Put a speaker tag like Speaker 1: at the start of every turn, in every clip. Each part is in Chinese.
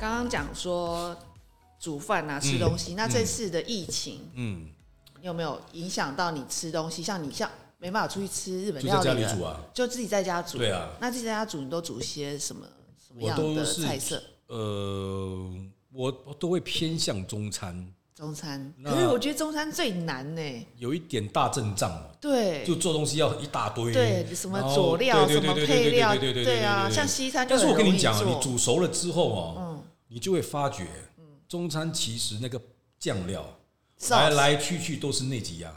Speaker 1: 刚刚讲说煮饭啊、吃东西，那这次的疫情
Speaker 2: 嗯，
Speaker 1: 有没有影响到你吃东西？像你像没办法出去吃日本
Speaker 2: 就
Speaker 1: 料
Speaker 2: 在家
Speaker 1: 理
Speaker 2: 里
Speaker 1: 了，
Speaker 2: 煮啊。
Speaker 1: 就自己在家煮。
Speaker 2: 对啊
Speaker 1: 那自己在家煮，你都煮些什么什么
Speaker 2: 我
Speaker 1: 样
Speaker 2: 都
Speaker 1: 的
Speaker 2: 是
Speaker 1: 菜色？
Speaker 2: 呃，我我都会偏向中餐，
Speaker 1: 中餐，
Speaker 2: 那
Speaker 1: 可是我觉得中餐最难呢。
Speaker 2: 有一点大阵仗哦，
Speaker 1: 对
Speaker 2: 就，做东西要一大堆，
Speaker 1: 对，什么
Speaker 2: 然后
Speaker 1: 佐料、
Speaker 2: 对
Speaker 1: 什
Speaker 2: 对
Speaker 1: 么
Speaker 2: 对
Speaker 1: 配料，
Speaker 2: 对对对对
Speaker 1: 对啊，像西餐就
Speaker 2: 但是
Speaker 1: 很
Speaker 2: 我跟
Speaker 1: 容
Speaker 2: 你
Speaker 1: 易
Speaker 2: 讲啊，你
Speaker 1: 做。嗯
Speaker 2: 煮熟了之后哦，你就会发觉，中餐其实那个酱料来
Speaker 1: Sauce
Speaker 2: 来去去都是那几样。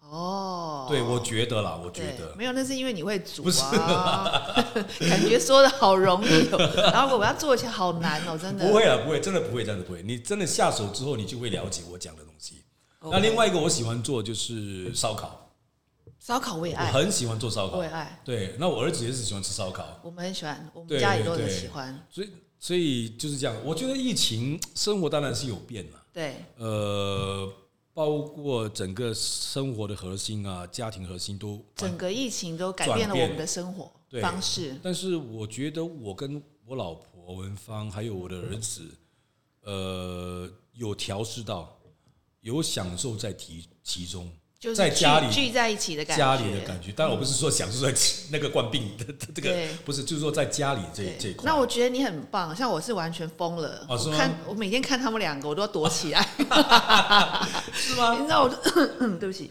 Speaker 1: 哦，
Speaker 2: 对，我觉得啦，我觉
Speaker 1: 对，
Speaker 2: 得
Speaker 1: 没有，那是因为你会煮啊， 感觉说的好容易哦，然后我要做起来好难哦，真的
Speaker 2: 不会啊了，不会，真的不会，真的不会。你真的下手之后，你就会了解我讲的东西。
Speaker 1: OK
Speaker 2: 那另外一个我喜欢做就是烧烤，
Speaker 1: 烧烤我也
Speaker 2: 我
Speaker 1: 爱，
Speaker 2: 很喜欢做烧
Speaker 1: 我
Speaker 2: 烤
Speaker 1: 也。爱，
Speaker 2: 对，那我儿子也是喜欢吃烧烤，
Speaker 1: 我们很喜欢，我们
Speaker 2: 对
Speaker 1: 家也都很
Speaker 2: 对
Speaker 1: 喜欢，
Speaker 2: 所以所以就是这样。我觉得疫情生活当然是有变了。
Speaker 1: 对，
Speaker 2: 呃，包括整个生活的核心啊，家庭核心都
Speaker 1: 整个疫情都改
Speaker 2: 转
Speaker 1: 变了
Speaker 2: 变
Speaker 1: 我们的生活
Speaker 2: 对
Speaker 1: 方式，
Speaker 2: 但是我觉得我跟我老婆文芳还有我的儿子，呃，有调试到，有享受在其其中，
Speaker 1: 就是
Speaker 2: 在家
Speaker 1: 聚
Speaker 2: 里
Speaker 1: 聚在一起的感觉，
Speaker 2: 家里的感觉。当然，我不是说享受在其那个冠病的这个
Speaker 1: 对，
Speaker 2: 不是，就是说在家里这
Speaker 1: 对
Speaker 2: 这一块。
Speaker 1: 那我觉得你很棒，像我是完全疯了。
Speaker 2: 哦是
Speaker 1: 我
Speaker 2: 吗
Speaker 1: 看我每天看他们两个，我都要躲起 来。是 吗？你知道我就 对不起，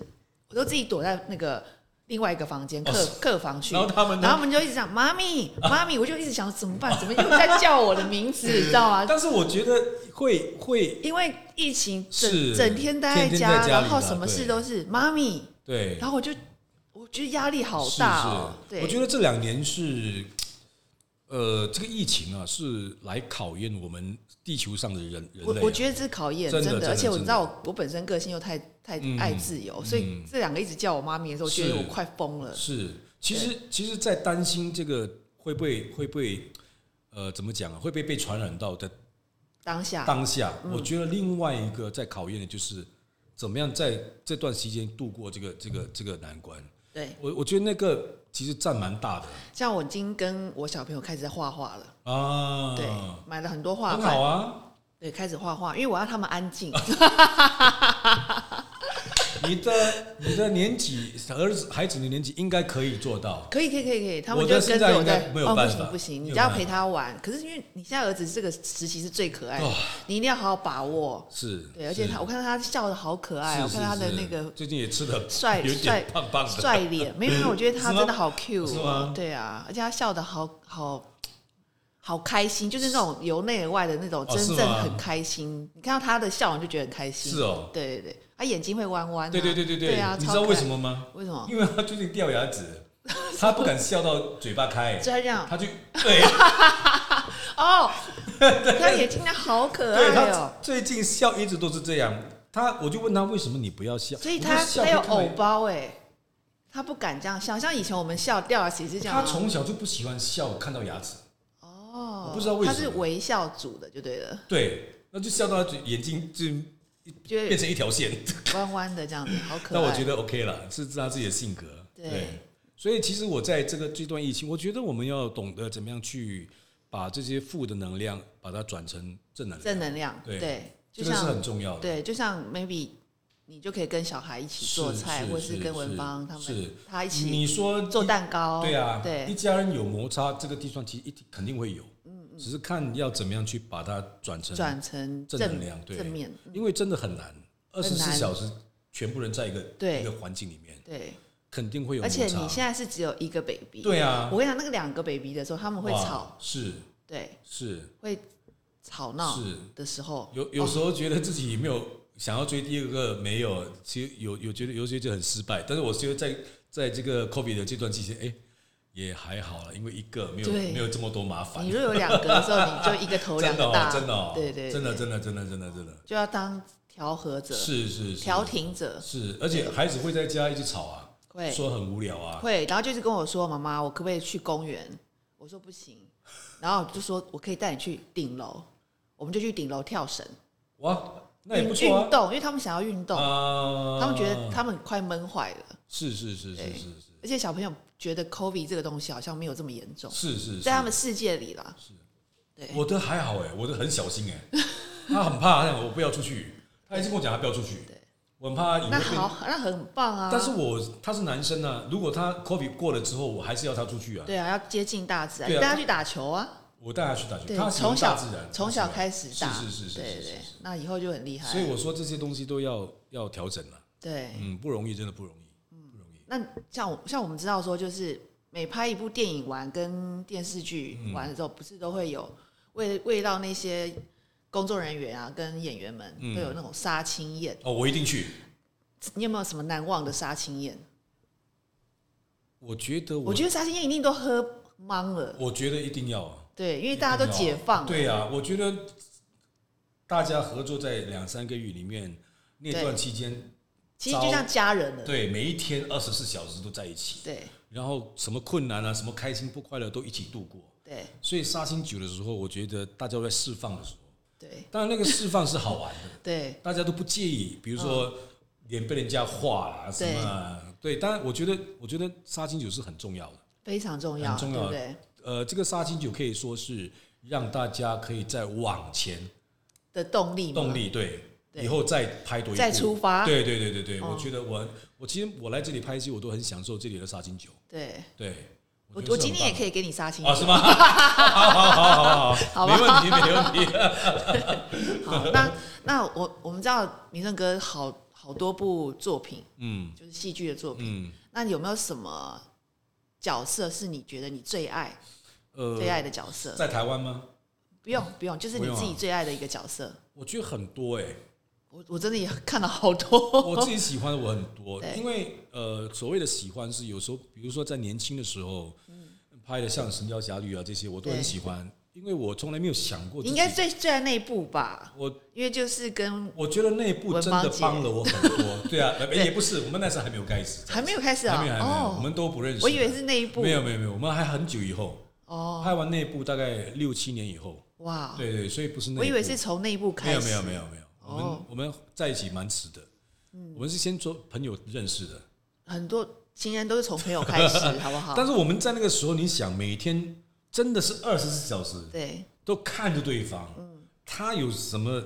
Speaker 1: 我都自己躲在那个另外一个房间
Speaker 2: 哦
Speaker 1: 客、客房去。
Speaker 2: 然后他们呢
Speaker 1: 然后他们就一直讲妈咪妈咪，我就一直想怎么办？怎么又在叫我的名 字？你知道吗？
Speaker 2: 但是我觉得会会
Speaker 1: 因为疫情整
Speaker 2: 是
Speaker 1: 整天待
Speaker 2: 天天在家里
Speaker 1: 然后
Speaker 2: 啦
Speaker 1: 什么
Speaker 2: 对
Speaker 1: 事都是妈咪，
Speaker 2: 对，
Speaker 1: 然后我就我觉得压力好
Speaker 2: 是
Speaker 1: 大哦。
Speaker 2: 是
Speaker 1: 对，
Speaker 2: 我觉得这两年是，呃，这个疫情啊，是来考验我们地球上的人人
Speaker 1: 我
Speaker 2: 类啊、
Speaker 1: 我觉得这是考验，
Speaker 2: 真的真的
Speaker 1: 而且我
Speaker 2: 真的
Speaker 1: 知道我我本身个性又太太
Speaker 2: 嗯
Speaker 1: 爱自由，所以这两个一直叫我妈咪的时候，我觉得
Speaker 2: 是
Speaker 1: 我快疯了。
Speaker 2: 是，其实其实，在担心这个会不会会不会，呃，怎么讲啊，会不会被传染到的
Speaker 1: 当下
Speaker 2: 当下，
Speaker 1: 嗯
Speaker 2: 我觉得另外一个在考验的就是。怎么样在这段时间度过这个这个这个难关？
Speaker 1: 对，
Speaker 2: 我我觉得那个其实占蛮大
Speaker 1: 像我已经跟我小朋友开始在画画了，
Speaker 2: 的啊，
Speaker 1: 对，买了很多画
Speaker 2: 很好
Speaker 1: 板，
Speaker 2: 啊。
Speaker 1: 对，开始画画，因为我要他们安静。
Speaker 2: 你的你的年纪，儿子孩子的年纪应该可以做到。
Speaker 1: 可以可以可以可以，他们
Speaker 2: 我
Speaker 1: 就
Speaker 2: 的
Speaker 1: 跟
Speaker 2: 现在
Speaker 1: 着我
Speaker 2: 应
Speaker 1: 在
Speaker 2: 该没有
Speaker 1: 哦，不
Speaker 2: 办
Speaker 1: 行
Speaker 2: 法
Speaker 1: 不行，你
Speaker 2: 没
Speaker 1: 只
Speaker 2: 有
Speaker 1: 要
Speaker 2: 办
Speaker 1: 陪他玩。可是因为你现在儿子这个时期是最可爱的，你一定要好好把握。
Speaker 2: 哦是，
Speaker 1: 对，而且他我看到他笑的好可爱，哦
Speaker 2: 是
Speaker 1: 我看他的
Speaker 2: 是
Speaker 1: 那
Speaker 2: 是
Speaker 1: 个
Speaker 2: 最近也吃的
Speaker 1: 帅
Speaker 2: 有
Speaker 1: 帅
Speaker 2: 点胖胖的，
Speaker 1: 帅脸，没有没有，我觉得他
Speaker 2: 是吗
Speaker 1: 真的好 Q，
Speaker 2: 是吗
Speaker 1: 对啊，而且他笑的好好好开心，就是那种由内而外的那种，
Speaker 2: 哦
Speaker 1: 真
Speaker 2: 是吗
Speaker 1: 正很开心。你看到他的笑，你就觉得很开心。
Speaker 2: 是哦
Speaker 1: 对对对，他眼睛会弯弯啊。
Speaker 2: 对对对对
Speaker 1: 对啊，
Speaker 2: 你知道
Speaker 1: 超可爱哦
Speaker 2: 为什？么吗？
Speaker 1: 为什么？
Speaker 2: 因为他最近掉牙 齿，他不敢笑到嘴巴开，
Speaker 1: 就他这样
Speaker 2: 他就对
Speaker 1: 哦，他眼睛那好可
Speaker 2: 对，
Speaker 1: 爱哦
Speaker 2: 他。最近笑一直都是这样。他我就问他为什么你不要笑，
Speaker 1: 所以
Speaker 2: 我
Speaker 1: 他
Speaker 2: 说笑
Speaker 1: 他有
Speaker 2: 会看
Speaker 1: 偶
Speaker 2: 到
Speaker 1: 包哎，他不敢这样笑，像以前我们笑掉牙齿也是这样啊。
Speaker 2: 他从小就不喜欢笑看到牙齿，
Speaker 1: 哦，
Speaker 2: 我不知道为
Speaker 1: 他
Speaker 2: 什
Speaker 1: 是
Speaker 2: 么
Speaker 1: 微笑组的，就对了，
Speaker 2: 对，那就笑到他嘴眼睛就
Speaker 1: 就
Speaker 2: 变成一条线。
Speaker 1: 弯弯的这样子，好可爱。哦
Speaker 2: 那我觉得 OK 了，是他自己的性格。
Speaker 1: 对
Speaker 2: 所以其实我在这个这段疫情，我觉得我们要懂得怎么样去把这些负的能量，把它转成正能量，
Speaker 1: 正能量，
Speaker 2: 对
Speaker 1: 就
Speaker 2: 这个是
Speaker 1: 像
Speaker 2: 很重要的。
Speaker 1: 对，就像 maybe 你就可以跟小孩一起
Speaker 2: 是
Speaker 1: 做菜，
Speaker 2: 是
Speaker 1: 或
Speaker 2: 是
Speaker 1: 是跟文
Speaker 2: 是
Speaker 1: 芳他们
Speaker 2: 是
Speaker 1: 他一起
Speaker 2: 你说
Speaker 1: 做蛋糕，
Speaker 2: 对啊，一
Speaker 1: 哦对
Speaker 2: 家人有摩擦，这个地方其实一定肯定会有，只是看要怎么样去把它转
Speaker 1: 嗯
Speaker 2: 成，
Speaker 1: 转成
Speaker 2: 正能量对
Speaker 1: 正面，
Speaker 2: 因为真的很难，二十
Speaker 1: 很
Speaker 2: 四
Speaker 1: 难
Speaker 2: 小时全部人在一个
Speaker 1: 对
Speaker 2: 一个环境里面，
Speaker 1: 对，
Speaker 2: 肯定会有
Speaker 1: 而
Speaker 2: 摩
Speaker 1: 且
Speaker 2: 擦。
Speaker 1: 你现在是只有一个 baby，
Speaker 2: 对啊，
Speaker 1: 我跟你讲，那个两个 baby 的时候，他们会
Speaker 2: 哇
Speaker 1: 吵，，
Speaker 2: 是
Speaker 1: 对，
Speaker 2: 是
Speaker 1: 会吵闹
Speaker 2: 是，
Speaker 1: 的时候，哦
Speaker 2: 有有时候觉得自己没有想要追第二个，没有，其实有有觉得有些就很失败。但是我觉得在在这个 COVID 的这段期间，哎、也还好了，因为一个没有
Speaker 1: 对
Speaker 2: 没有这么多麻烦
Speaker 1: 你。如果有两个的时候，你就一个头两
Speaker 2: 真
Speaker 1: 个
Speaker 2: 的哦
Speaker 1: 大，，
Speaker 2: 真的哦，
Speaker 1: 对对，
Speaker 2: 真的
Speaker 1: 对
Speaker 2: 真的真的真的真的
Speaker 1: 就要当调和者、
Speaker 2: 是是是
Speaker 1: 调停者，
Speaker 2: 是，而且孩子会在家一直吵啊，
Speaker 1: 会
Speaker 2: 说很无聊啊，
Speaker 1: 会，然后就是跟我说：“妈妈，我可不可以去公园？”我说：“不行。”然后就说：“我可以带你去顶楼。”我们就去顶楼跳绳，
Speaker 2: 哇，那也
Speaker 1: 运
Speaker 2: 不
Speaker 1: 运
Speaker 2: 错啊，
Speaker 1: 动，因为他们想要运动，
Speaker 2: 啊
Speaker 1: 他们觉得他们快闷坏了，
Speaker 2: 是是是是
Speaker 1: 对
Speaker 2: 是是
Speaker 1: 而且小朋友觉得 COVID 这个东西好像没有这么严重，
Speaker 2: 是是，
Speaker 1: 在他
Speaker 2: 是
Speaker 1: 们世界里啦，对，
Speaker 2: 我的还好哎，我的很小心哎， 他很怕，他讲我不要出去，他一直跟我讲他不要出去
Speaker 1: 对，
Speaker 2: 我很怕他以
Speaker 1: 那
Speaker 2: 后变。
Speaker 1: 好，那很棒啊。
Speaker 2: 但是我他是男生啊，如果他 COVID 过了之后，我还是要他出去啊，
Speaker 1: 对啊，要接近大自然，
Speaker 2: 对
Speaker 1: 你带
Speaker 2: 啊
Speaker 1: 他去打球啊，
Speaker 2: 我带他去打球，
Speaker 1: 对
Speaker 2: 他，喜欢
Speaker 1: 从小
Speaker 2: 大自然，
Speaker 1: 从小开始
Speaker 2: 是啊
Speaker 1: 打，
Speaker 2: 是是是
Speaker 1: 对
Speaker 2: 是
Speaker 1: 对
Speaker 2: 是是，
Speaker 1: 那以后就很厉害。
Speaker 2: 所以我说这些东西都要要调整了，
Speaker 1: 对，
Speaker 2: 嗯，不容易，真的不容易，不容易。
Speaker 1: 那像我像我们知道说，就是每拍一部电影完跟电视剧
Speaker 2: 嗯
Speaker 1: 完了之后，不是都会有为为到那些工作人员啊跟演员们
Speaker 2: 嗯
Speaker 1: 都有那种杀青宴，
Speaker 2: 哦，我一定去。
Speaker 1: 你有没有什么难忘的杀青宴？
Speaker 2: 我觉得我，
Speaker 1: 我觉得杀青宴一定都喝懵了，
Speaker 2: 我觉得一定要啊，
Speaker 1: 对，因为大家都解放了，
Speaker 2: 对呀、我觉得大家合作在两三个月里面那段期间，
Speaker 1: 其实就像家人了，
Speaker 2: 对每一天二十四小时都在一起，
Speaker 1: 对
Speaker 2: 然后什么困难啊，什么开心不快乐都一起度过。
Speaker 1: 对
Speaker 2: 所以杀青酒的时候，我觉得大家都在释放的时候，
Speaker 1: 对
Speaker 2: 当然那个释放是好玩的，
Speaker 1: 对
Speaker 2: 大家都不介意，比如
Speaker 1: 嗯
Speaker 2: 说脸被人家画啦、什么啊，对，当然我觉得我觉得杀青酒是很重要的。
Speaker 1: 非常重要，
Speaker 2: 很重
Speaker 1: 对
Speaker 2: 要
Speaker 1: 不对？
Speaker 2: 呃，这个杀青酒可以说是让大家可以再往前
Speaker 1: 的动力嘛，
Speaker 2: 动力，对，
Speaker 1: 嗯对
Speaker 2: 以后再拍多一部，
Speaker 1: 再出发
Speaker 2: 对对对对对，
Speaker 1: 嗯
Speaker 2: 我觉得我我其实我来这里拍戏，我都很享受这里的杀青酒，
Speaker 1: 对。
Speaker 2: 对。
Speaker 1: 我我今天也可
Speaker 2: 以
Speaker 1: 以给你杀青
Speaker 2: 啊？是吗？好好好好好，
Speaker 1: 好
Speaker 2: 没
Speaker 1: 吧
Speaker 2: 问题没问题。
Speaker 1: 好，那那我我们知道明正哥好好多部作品，
Speaker 2: 嗯
Speaker 1: 就是戏剧的作品。
Speaker 2: 嗯，
Speaker 1: 那有没有什么角色是你觉得你最爱、最
Speaker 2: 呃，
Speaker 1: 爱的角色？
Speaker 2: 在台湾吗？
Speaker 1: 不用不用，就是
Speaker 2: 不
Speaker 1: 你
Speaker 2: 用啊
Speaker 1: 自己最爱的一个角色。
Speaker 2: 我觉得很多哎，
Speaker 1: 我我真的也 看了好多，
Speaker 2: 我自己喜欢的我很多，
Speaker 1: 对
Speaker 2: 因为呃，所谓的喜欢是有时候，比如说在年轻的时候拍的像《神雕侠侣》啊这些，我都很
Speaker 1: 对
Speaker 2: 喜欢，因为我从来没有想过
Speaker 1: 你
Speaker 2: 自己，
Speaker 1: 应该最最爱那一部吧？
Speaker 2: 我
Speaker 1: 因为就是跟
Speaker 2: 我觉得那一部真的帮了我很多，对啊，哎也不是，我们那时候还没有开始，
Speaker 1: 还没有开始啊
Speaker 2: 还没有还没有，我
Speaker 1: 哦，
Speaker 2: 们都不认识，
Speaker 1: 我以为是那一部
Speaker 2: 没有没有没有，我们还很久以后
Speaker 1: 哦，
Speaker 2: 拍完那一部大概六七年以后，
Speaker 1: 哇，
Speaker 2: 对对，所以不是那一部，
Speaker 1: 我以为是从那一部开
Speaker 2: 没有
Speaker 1: 始，
Speaker 2: 没有没有没有，我们
Speaker 1: 哦嗯
Speaker 2: 我们在一起蛮迟的，我们是先做朋友认识的。
Speaker 1: 很多情人都是从朋友开 始，好不好？
Speaker 2: 但是我们在那个时候，你想每天真的是二十四小时
Speaker 1: 对，嗯
Speaker 2: 都看着对方，他有什么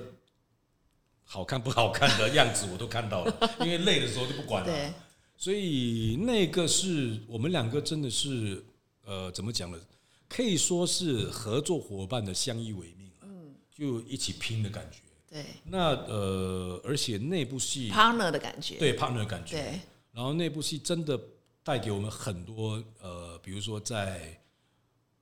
Speaker 2: 好看不好看的样子，我都看到了，因为累的时候就不管了。
Speaker 1: 对，
Speaker 2: 所以那个是我们两个真的是呃，怎么讲呢？可以说是合作伙伴的相依为命了，啊
Speaker 1: 嗯
Speaker 2: 就一起拼的感觉。
Speaker 1: 对
Speaker 2: 那呃，而且那部戏
Speaker 1: ，partner 的感觉，
Speaker 2: 嗯对 partner 的感觉，
Speaker 1: 对
Speaker 2: 然后那部戏真的带给我们很多呃，比如说在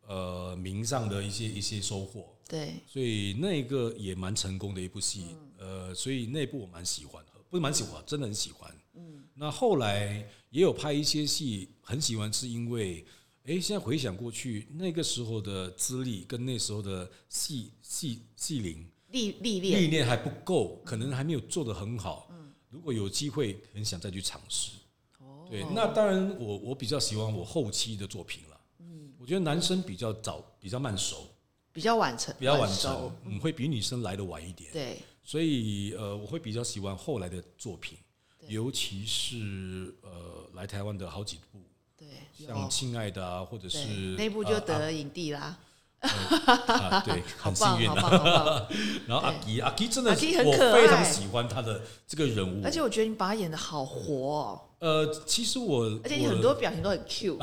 Speaker 2: 呃名上的一些一些收获，
Speaker 1: 对
Speaker 2: 所以那个也蛮成功的一部戏，呃，所以那部我蛮喜欢的，不是蛮喜欢，啊真的很喜欢。嗯，那后来也有拍一些戏，很喜欢是因为。哎，现在回想过去那个时候的资历跟那时候的戏戏戏龄
Speaker 1: 历历
Speaker 2: 历
Speaker 1: 练，
Speaker 2: 练嗯还不够，可能还没有做得很好。如果有机会，很想再去尝试。
Speaker 1: 哦
Speaker 2: 对，那当然我我比较喜欢我后期的作品了。嗯，我觉得男生比较早，比较慢熟，
Speaker 1: 比较晚成，
Speaker 2: 比较晚
Speaker 1: 熟
Speaker 2: 熟，，嗯，会比女生来的晚一点。
Speaker 1: 对
Speaker 2: 所以呃，我会比较喜欢后来的作品，尤其是呃来台湾的好几部，
Speaker 1: 对，
Speaker 2: 像
Speaker 1: 有
Speaker 2: 《亲爱的》啊，或者
Speaker 1: 对
Speaker 2: 是
Speaker 1: 那部就
Speaker 2: 呃
Speaker 1: 得影帝啦，
Speaker 2: 啊啊对，
Speaker 1: 好
Speaker 2: 很幸
Speaker 1: 棒
Speaker 2: 运
Speaker 1: 好
Speaker 2: 啊。
Speaker 1: 棒好棒！
Speaker 2: 然后阿吉，阿吉真的
Speaker 1: 阿
Speaker 2: 是
Speaker 1: 基很
Speaker 2: 我
Speaker 1: 可
Speaker 2: 非常
Speaker 1: 爱
Speaker 2: 喜欢他的这个人物
Speaker 1: 而，且我觉得你把他演的好活哦，
Speaker 2: 呃，其实我，
Speaker 1: 而且你
Speaker 2: 我
Speaker 1: 很多表情都很 Q。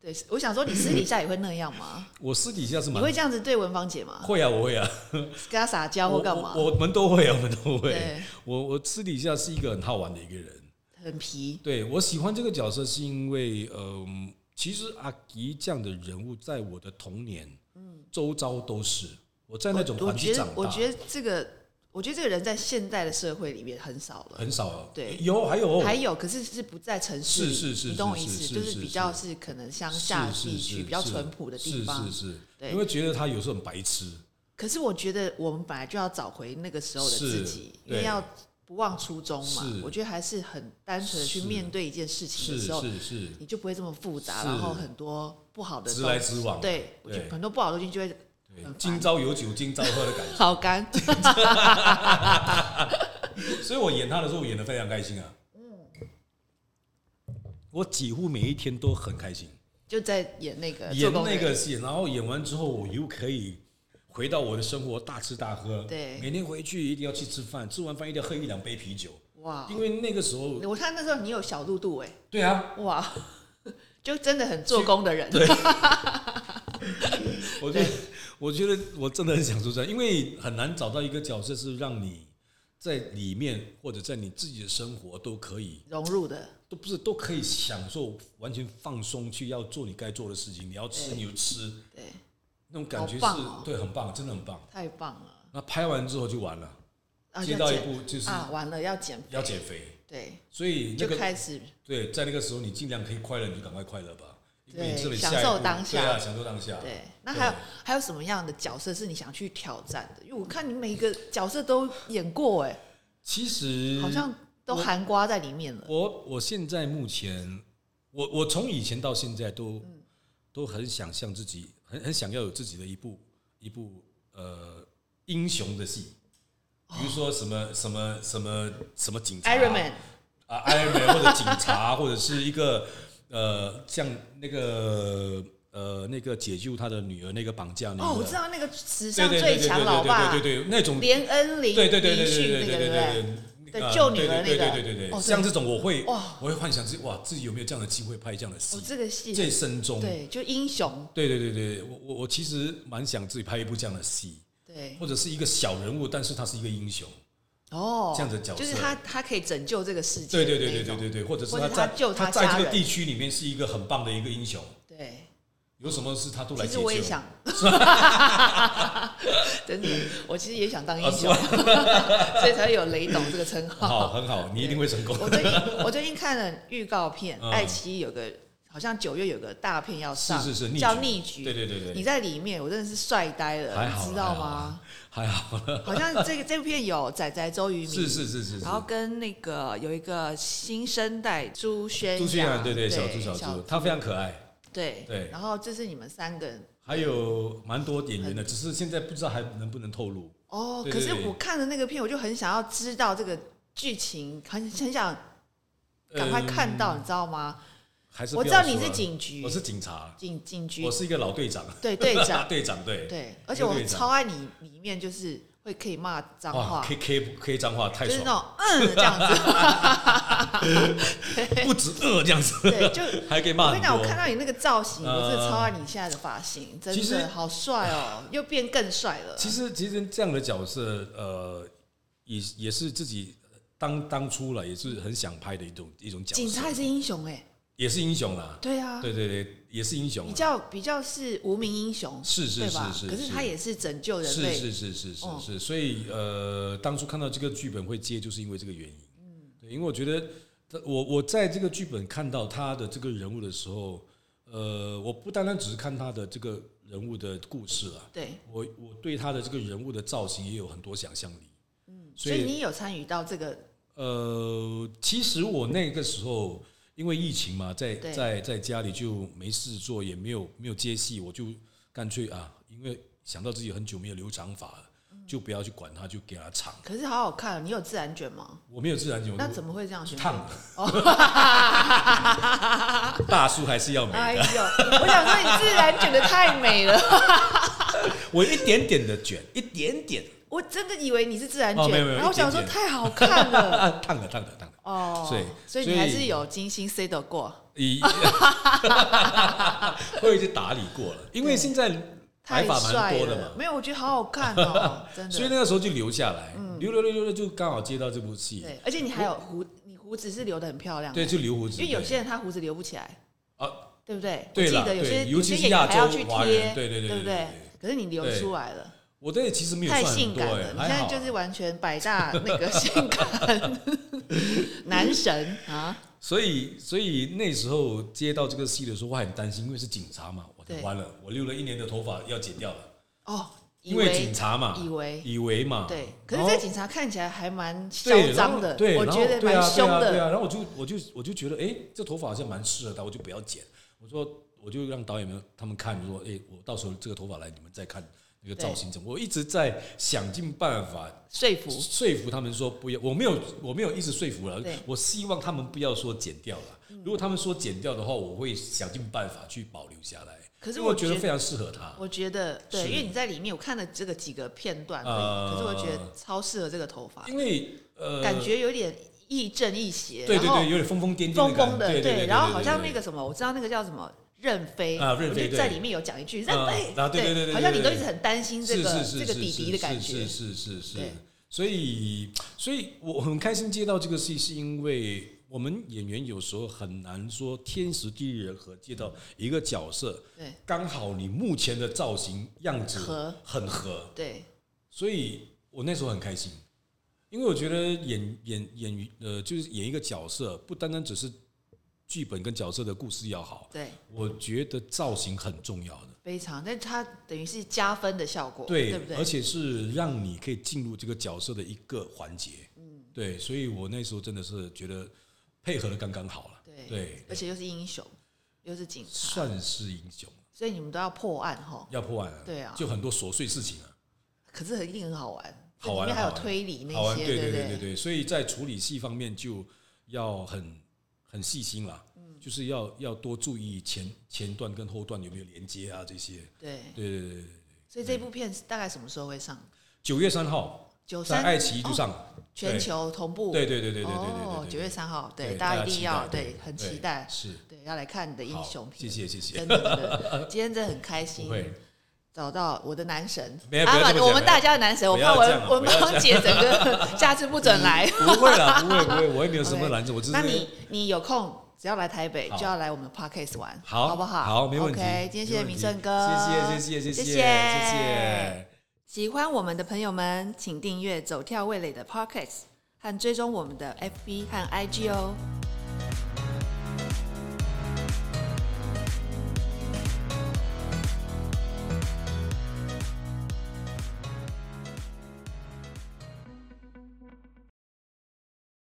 Speaker 1: 对，我想说你私底下也会那样吗？
Speaker 2: 我私底下是
Speaker 1: 你
Speaker 2: 蛮
Speaker 1: 会这样子对文芳姐吗？
Speaker 2: 会啊，我会啊，
Speaker 1: 跟她撒娇
Speaker 2: 我
Speaker 1: 或哦干嘛？
Speaker 2: 我我们都会啊，我们都会
Speaker 1: 对。
Speaker 2: 我我私底下是一个很好玩的一个人，
Speaker 1: 很皮，
Speaker 2: 对我喜欢这个角色是因为，嗯、其实阿吉这样的人物在我的童年，嗯，周遭都是我在那种
Speaker 1: 我
Speaker 2: 环境
Speaker 1: 觉
Speaker 2: 长
Speaker 1: 得
Speaker 2: 大，
Speaker 1: 我觉得这个，我觉得这个人在现代的社会里面很少了。
Speaker 2: 很少啊
Speaker 1: 对
Speaker 2: 有还有
Speaker 1: 还有，可是是不在城市里，
Speaker 2: 是是是
Speaker 1: 你懂我
Speaker 2: 是
Speaker 1: 意
Speaker 2: 是
Speaker 1: 思，
Speaker 2: 是
Speaker 1: 就是
Speaker 2: 是
Speaker 1: 比
Speaker 2: 是
Speaker 1: 较是可能乡下
Speaker 2: 是
Speaker 1: 地
Speaker 2: 是
Speaker 1: 区
Speaker 2: 是
Speaker 1: 比较
Speaker 2: 是
Speaker 1: 淳朴的地
Speaker 2: 是
Speaker 1: 方
Speaker 2: 是。是，
Speaker 1: 对
Speaker 2: 因为觉得他有时候很白痴，
Speaker 1: 可是我觉得我们本来就要找回那个时候的自己，
Speaker 2: 是
Speaker 1: 因为
Speaker 2: 对
Speaker 1: 要不忘初衷嘛
Speaker 2: 是。
Speaker 1: 我觉得还是很单纯的去
Speaker 2: 是
Speaker 1: 面对一件事情
Speaker 2: 是
Speaker 1: 的时候，
Speaker 2: 是是，
Speaker 1: 你就不会这么复杂，
Speaker 2: 是
Speaker 1: 然后很多不好的
Speaker 2: 直
Speaker 1: 东
Speaker 2: 来
Speaker 1: 西
Speaker 2: 直往
Speaker 1: 对，我觉得
Speaker 2: 对
Speaker 1: 很多不好的东西就会
Speaker 2: 对
Speaker 1: 很烦
Speaker 2: 今朝有酒今朝喝的感觉。
Speaker 1: 好干。
Speaker 2: 所以我演他的时候，我演的非常开心啊。
Speaker 1: 嗯
Speaker 2: 我几乎每一天都很开心，
Speaker 1: 就在演那个
Speaker 2: 演
Speaker 1: 呃做工
Speaker 2: 那
Speaker 1: 人
Speaker 2: 个戏，然后演完之后，我又可以回到我的生活大吃大喝，
Speaker 1: 对
Speaker 2: 每天回去一定要去吃饭，吃完饭一定要喝一两杯啤酒，
Speaker 1: 哇！
Speaker 2: 因为那个时候，
Speaker 1: 我看哦那时候你有小肚肚哎、
Speaker 2: 对啊，
Speaker 1: 哇，就真的很做工的人，
Speaker 2: 我觉得我觉得我真的很享受这样，因为很难找到一个角色是让你在里面或者在你自己的生活都可以
Speaker 1: 融入的，
Speaker 2: 都不是都可以享受，完全放松去要做你该做的事情，你要吃
Speaker 1: 对
Speaker 2: 你就吃，
Speaker 1: 对，
Speaker 2: 那种感觉
Speaker 1: 好
Speaker 2: 是、
Speaker 1: 棒哦
Speaker 2: 对，很棒，真的很棒。
Speaker 1: 太棒了。
Speaker 2: 那拍完之后就完了，
Speaker 1: 啊
Speaker 2: 接
Speaker 1: 要
Speaker 2: 到一
Speaker 1: 减
Speaker 2: 步就是
Speaker 1: 啊，完了要减，
Speaker 2: 要减肥，
Speaker 1: 对，
Speaker 2: 所以那
Speaker 1: 就
Speaker 2: 个
Speaker 1: 开始
Speaker 2: 对，在那个时候你尽量可以快乐，你就赶快快乐吧，因为
Speaker 1: 对
Speaker 2: 你这里
Speaker 1: 享
Speaker 2: 下一
Speaker 1: 受
Speaker 2: 步
Speaker 1: 当下
Speaker 2: 对啊，享受当下，
Speaker 1: 对。那还有还有什么样的角色是你想去挑战的？因为我看你每一个角色都演过哎、
Speaker 2: 其实
Speaker 1: 好像都含瓜在里面了。
Speaker 2: 我我现在目前，我我从以前到现在都、
Speaker 1: 嗯
Speaker 2: 都很想象自己，很很想要有自己的一部一部呃英雄的戏，比如说什么、什么什么什么警察
Speaker 1: Iron Man
Speaker 2: 啊，Iron Man 或者警察或者是一个呃像那个呃那个解救他的女儿那个绑架女儿，
Speaker 1: 哦，我知道那个史
Speaker 2: 对
Speaker 1: 上
Speaker 2: 对
Speaker 1: 最
Speaker 2: 对对
Speaker 1: 强
Speaker 2: 对
Speaker 1: 老爸
Speaker 2: 对对对对那种
Speaker 1: 连恩林
Speaker 2: 对对对对
Speaker 1: 林
Speaker 2: 对
Speaker 1: 训那
Speaker 2: 对
Speaker 1: 个，
Speaker 2: 对
Speaker 1: 不对？
Speaker 2: 对
Speaker 1: 对
Speaker 2: 呃
Speaker 1: 救女儿
Speaker 2: 对对
Speaker 1: 那个
Speaker 2: 对对对
Speaker 1: 哦
Speaker 2: 对，像这种我会
Speaker 1: 哇，
Speaker 2: 我会幻想是哇，自己有没有这样的机会拍这样的戏
Speaker 1: 哦，，这个戏
Speaker 2: 这生中，对
Speaker 1: 对，就英雄
Speaker 2: 对对对，我我我其实蛮想自己拍一部这样的戏，
Speaker 1: 对
Speaker 2: 或者是一个小人物，但是他是一个英雄，
Speaker 1: 哦，
Speaker 2: 这样的角
Speaker 1: 就
Speaker 2: 色
Speaker 1: 是他，他可以拯救这个世界
Speaker 2: 对
Speaker 1: 的
Speaker 2: 对对
Speaker 1: 那
Speaker 2: 对
Speaker 1: 一
Speaker 2: 对
Speaker 1: 种，
Speaker 2: 对对，或者是
Speaker 1: 或者
Speaker 2: 他在
Speaker 1: 他救他
Speaker 2: 在
Speaker 1: 家
Speaker 2: 这个
Speaker 1: 人
Speaker 2: 地区里面是一个很棒的一个英雄，
Speaker 1: 对。
Speaker 2: 有什么事他都来
Speaker 1: 其
Speaker 2: 解
Speaker 1: 实
Speaker 2: 救。
Speaker 1: 我也想，真的，我其实也想当英雄，所以才会有雷董这个称
Speaker 2: 好，
Speaker 1: 号。
Speaker 2: 很好，你一定会成功。
Speaker 1: 我最近我最近看了预告片，
Speaker 2: 嗯
Speaker 1: 爱奇艺有个好像九月有个大片要上，
Speaker 2: 是是是逆
Speaker 1: 叫《
Speaker 2: 局
Speaker 1: 逆局》。
Speaker 2: 对对对对
Speaker 1: 你在里面，我真的是帅呆了，
Speaker 2: 还好
Speaker 1: 你
Speaker 2: 啦，
Speaker 1: 知道
Speaker 2: 还好
Speaker 1: 吗
Speaker 2: 啦？？ 还好了，
Speaker 1: 好像这个这部片有仔仔周渝民，
Speaker 2: 是是是是是
Speaker 1: 然。后跟那个有一个新生代朱轩
Speaker 2: 朱
Speaker 1: 轩
Speaker 2: 迅阳，啊对对，小猪小猪，他非常可爱。
Speaker 1: 对
Speaker 2: 对
Speaker 1: 然后这是你们三个人
Speaker 2: 还有蛮多演员的，只是现在不知道还能不能透露。
Speaker 1: 哦，
Speaker 2: 对
Speaker 1: 可是
Speaker 2: 对对
Speaker 1: 我看了那个片，我就很想要知道这个剧情，很很想赶快看到，
Speaker 2: 嗯
Speaker 1: 你知道吗？
Speaker 2: 还是
Speaker 1: 我
Speaker 2: 不
Speaker 1: 知
Speaker 2: 要
Speaker 1: 道你
Speaker 2: 说
Speaker 1: 是
Speaker 2: 了
Speaker 1: 警局，
Speaker 2: 啊我是警察，
Speaker 1: 警警局
Speaker 2: 我，是一个老队长，
Speaker 1: 对队长，
Speaker 2: 队长对
Speaker 1: 对，而且我
Speaker 2: 队长
Speaker 1: 超爱你里面就是会可以骂脏
Speaker 2: 哇
Speaker 1: 话，
Speaker 2: ，K K K 脏话太
Speaker 1: 就是
Speaker 2: 爽，
Speaker 1: 那种嗯这样子，
Speaker 2: 不止呃这样子，
Speaker 1: 对，就
Speaker 2: 还可以
Speaker 1: 我
Speaker 2: 骂
Speaker 1: 跟
Speaker 2: 很
Speaker 1: 你讲，我
Speaker 2: 多
Speaker 1: 看。到你那个造型，
Speaker 2: 嗯
Speaker 1: 我真的超爱你现在的发型，
Speaker 2: 其
Speaker 1: 真
Speaker 2: 实
Speaker 1: 的好帅哦，又变更帅了。
Speaker 2: 其实其实这样的角色，呃，也也是自己呃当当初了，也是很想拍的一种一种角色，
Speaker 1: 警察也是英雄哎，
Speaker 2: 也是英雄啦，
Speaker 1: 对啊，
Speaker 2: 对对对，也是英雄
Speaker 1: 比
Speaker 2: 啦，
Speaker 1: 较比较是无名英雄，
Speaker 2: 是是
Speaker 1: 对吧？
Speaker 2: 是是
Speaker 1: 可是
Speaker 2: 是
Speaker 1: 他也是拯救人
Speaker 2: 是
Speaker 1: 类，
Speaker 2: 是是是是
Speaker 1: 嗯
Speaker 2: 是，所以呃，当初看到这个剧本会接，就是因为这个原因。
Speaker 1: 嗯
Speaker 2: 对，因为我觉得他我我在这个剧本看到他的这个人物的时候，呃，我不单单只是看他的这个人物的故事啊，
Speaker 1: 对，
Speaker 2: 我我对他的这个人物的造型也有很多想象力。嗯，
Speaker 1: 所以你有参与到这个
Speaker 2: 呃，其实我那个时候因为疫情嘛，在
Speaker 1: 对
Speaker 2: 在在家里就没事做，也没有没有接戏，我就干脆啊，因为想到自己很久没有留长发了，
Speaker 1: 嗯
Speaker 2: 就不要去管它，就给它长。
Speaker 1: 可是好好看、哦，你有自然卷吗？
Speaker 2: 我没有自然卷，
Speaker 1: 那
Speaker 2: 我
Speaker 1: 怎么会这样选？哦
Speaker 2: 烫的？大叔还是要美
Speaker 1: 哎
Speaker 2: 的，
Speaker 1: 呦，我想说你自然卷的太美了，
Speaker 2: 我一点点的卷，一点点
Speaker 1: 我真的以为你是自然卷，
Speaker 2: 哦没有没有
Speaker 1: 然后我想说
Speaker 2: 一点
Speaker 1: 太好看 了
Speaker 2: 啊，烫的烫的烫的。
Speaker 1: 哦，
Speaker 2: 所以
Speaker 1: 所以
Speaker 2: 所
Speaker 1: 你
Speaker 2: 以
Speaker 1: 还是有精心 C 的过，
Speaker 2: 以 我已经打理过了，因为现在白
Speaker 1: 太
Speaker 2: 发
Speaker 1: 帅
Speaker 2: 蛮多的嘛
Speaker 1: 了，，没有，我觉得好好看 哦，真的。
Speaker 2: 所以那个时候就留下来，留留留留留，就刚好接到这部戏，
Speaker 1: 嗯对，而且你还有胡，你胡子是留的很漂亮的，
Speaker 2: 对，就留胡子，
Speaker 1: 哦因为有
Speaker 2: 对
Speaker 1: 些人他胡子留不起来，
Speaker 2: 啊，
Speaker 1: 对不对？
Speaker 2: 对
Speaker 1: 我
Speaker 2: 啦
Speaker 1: 记得有些
Speaker 2: 对
Speaker 1: 有
Speaker 2: 尤
Speaker 1: 些
Speaker 2: 其是
Speaker 1: 演员还要去
Speaker 2: 亚洲华
Speaker 1: 贴，
Speaker 2: 人对对对
Speaker 1: 对不对
Speaker 2: 对对对？
Speaker 1: 可是你留出来了，
Speaker 2: 我的其实没有
Speaker 1: 太
Speaker 2: 算
Speaker 1: 性
Speaker 2: 很多
Speaker 1: 感了，
Speaker 2: 哎，
Speaker 1: 你现
Speaker 2: 还
Speaker 1: 在
Speaker 2: 好
Speaker 1: 就是完全百大那个性感 男神啊！
Speaker 2: 所以所以那时候接到这个戏的时候，我还很担心，因为是警察嘛，我
Speaker 1: 对
Speaker 2: 完了，我留了一年的头发要剪掉了，
Speaker 1: 哦，以
Speaker 2: 因为警察嘛，
Speaker 1: 以为
Speaker 2: 以为嘛，
Speaker 1: 对，可是
Speaker 2: 然后
Speaker 1: 这警察看起来还蛮嚣
Speaker 2: 对
Speaker 1: 张的，
Speaker 2: 然后对，
Speaker 1: 我
Speaker 2: 然后
Speaker 1: 觉得
Speaker 2: 对啊
Speaker 1: 蛮凶
Speaker 2: 对啊对
Speaker 1: 的。
Speaker 2: 啊，然后我就我就我就觉得，哎，这头发好像蛮适合他，我就不要剪。我说，我就让导演们他们看，说，哎，我到时候这个头发来，你们再看那个造型怎么。我一直在想尽办法
Speaker 1: 说服
Speaker 2: 说服他们说不要，我没有我没有一直说服了
Speaker 1: 对，嗯
Speaker 2: 我希望他们不要说剪掉了，如果他们说剪掉的话，我会想尽办法去保留下来。
Speaker 1: 可是
Speaker 2: 因为我
Speaker 1: 我
Speaker 2: 觉得
Speaker 1: 觉
Speaker 2: 非常适合他。
Speaker 1: 我觉得对，
Speaker 2: 是
Speaker 1: 因为你在里面，我看了这个几个片段而已，
Speaker 2: 呃
Speaker 1: 可是我觉得超适合这个头发，
Speaker 2: 因为呃，
Speaker 1: 感觉有点亦正亦邪，
Speaker 2: 对对
Speaker 1: 然后
Speaker 2: 对，有点疯疯癫癫
Speaker 1: 疯
Speaker 2: 的感
Speaker 1: 疯
Speaker 2: 觉，
Speaker 1: 的，
Speaker 2: 对对，
Speaker 1: 然后好像
Speaker 2: 对
Speaker 1: 那个什么，我知道那个叫什么任飞
Speaker 2: 啊
Speaker 1: 我
Speaker 2: 任飞
Speaker 1: 就
Speaker 2: 对
Speaker 1: 在里面有讲一句任
Speaker 2: 啊
Speaker 1: 飞，
Speaker 2: 啊对对对对
Speaker 1: 好像你
Speaker 2: 对
Speaker 1: 都
Speaker 2: 对
Speaker 1: 一直很担心这
Speaker 2: 是
Speaker 1: 个
Speaker 2: 是是
Speaker 1: 这个弟弟的感觉
Speaker 2: 是，是是是
Speaker 1: 对
Speaker 2: 是。所以，所以我很开心接到这个戏，是因为我们演员有时候很难说天时地利人和，接到一个角色，
Speaker 1: 对
Speaker 2: 刚好你目前的造型样子
Speaker 1: 合
Speaker 2: 很合，
Speaker 1: 对，
Speaker 2: 所以我那时候很开心，因为我觉得演演演呃，就是演一个角色，不单单只是剧本跟角色的故事要好，
Speaker 1: 对，
Speaker 2: 我觉得造型很重要的。
Speaker 1: 非常，但它等于是加分的效果，
Speaker 2: 对，
Speaker 1: 对不对
Speaker 2: 而？且是让你可以进入这个角色的一个环节。嗯，对，所以我那时候真的是觉得配合的刚刚好了。
Speaker 1: 对
Speaker 2: 对，
Speaker 1: 而且又是英雄，又是警察，
Speaker 2: 算是英雄，
Speaker 1: 所以你们都要破案哈。
Speaker 2: 要破案啊。
Speaker 1: 对啊
Speaker 2: 就很多琐碎事情啊，
Speaker 1: 可是一定很好玩，
Speaker 2: 好玩
Speaker 1: 里面还有
Speaker 2: 好玩
Speaker 1: 推理
Speaker 2: 好
Speaker 1: 那
Speaker 2: 玩。
Speaker 1: 些，
Speaker 2: 对
Speaker 1: 不
Speaker 2: 对对对，所以在处理戏方面就要很很细心啦。
Speaker 1: 嗯
Speaker 2: 就是要要多注意前前段跟后段有没有连接啊这些。
Speaker 1: 对
Speaker 2: 对对对对对，
Speaker 1: 所以这部片是大概什么时候会上？
Speaker 2: 九月三号
Speaker 1: 九
Speaker 2: 在
Speaker 1: 三
Speaker 2: 爱奇艺就
Speaker 1: 哦
Speaker 2: 上，
Speaker 1: 全球同步，
Speaker 2: 对对对对对对对对
Speaker 1: 哦
Speaker 2: 对，
Speaker 1: 九月三号，对，
Speaker 2: 对
Speaker 1: 大家一
Speaker 2: 大家
Speaker 1: 定
Speaker 2: 期
Speaker 1: 要
Speaker 2: 待对
Speaker 1: 对，很
Speaker 2: 对
Speaker 1: 期待，
Speaker 2: 是
Speaker 1: 对，要来看你的英
Speaker 2: 好
Speaker 1: 雄片，
Speaker 2: 谢谢谢谢
Speaker 1: 真的真的，今天真的很开
Speaker 2: 不
Speaker 1: 心，
Speaker 2: 会。
Speaker 1: 找到我的男神，
Speaker 2: 没有
Speaker 1: 阿
Speaker 2: 不要
Speaker 1: 满
Speaker 2: 这么讲
Speaker 1: 我们大家的男神，我
Speaker 2: 不
Speaker 1: 怕
Speaker 2: 要这样
Speaker 1: 文文
Speaker 2: 不要这样
Speaker 1: 芳姐整个 下次不准来。
Speaker 2: 不会啦，不会不会，我也没有 什么拦着，我只是
Speaker 1: 那你你有空只要来台北，
Speaker 2: 好
Speaker 1: 就要来我们 Parkes 玩，
Speaker 2: 好，
Speaker 1: 好不好？
Speaker 2: 好，没问题。
Speaker 1: OK，今天谢谢
Speaker 2: 没问题
Speaker 1: 明胜哥，
Speaker 2: 谢谢谢谢谢
Speaker 1: 谢
Speaker 2: 谢谢谢。
Speaker 1: 喜欢我们的朋友们，请订阅“走跳味蕾”的 Podcast，和追踪我们的 FB 和 IG 哦。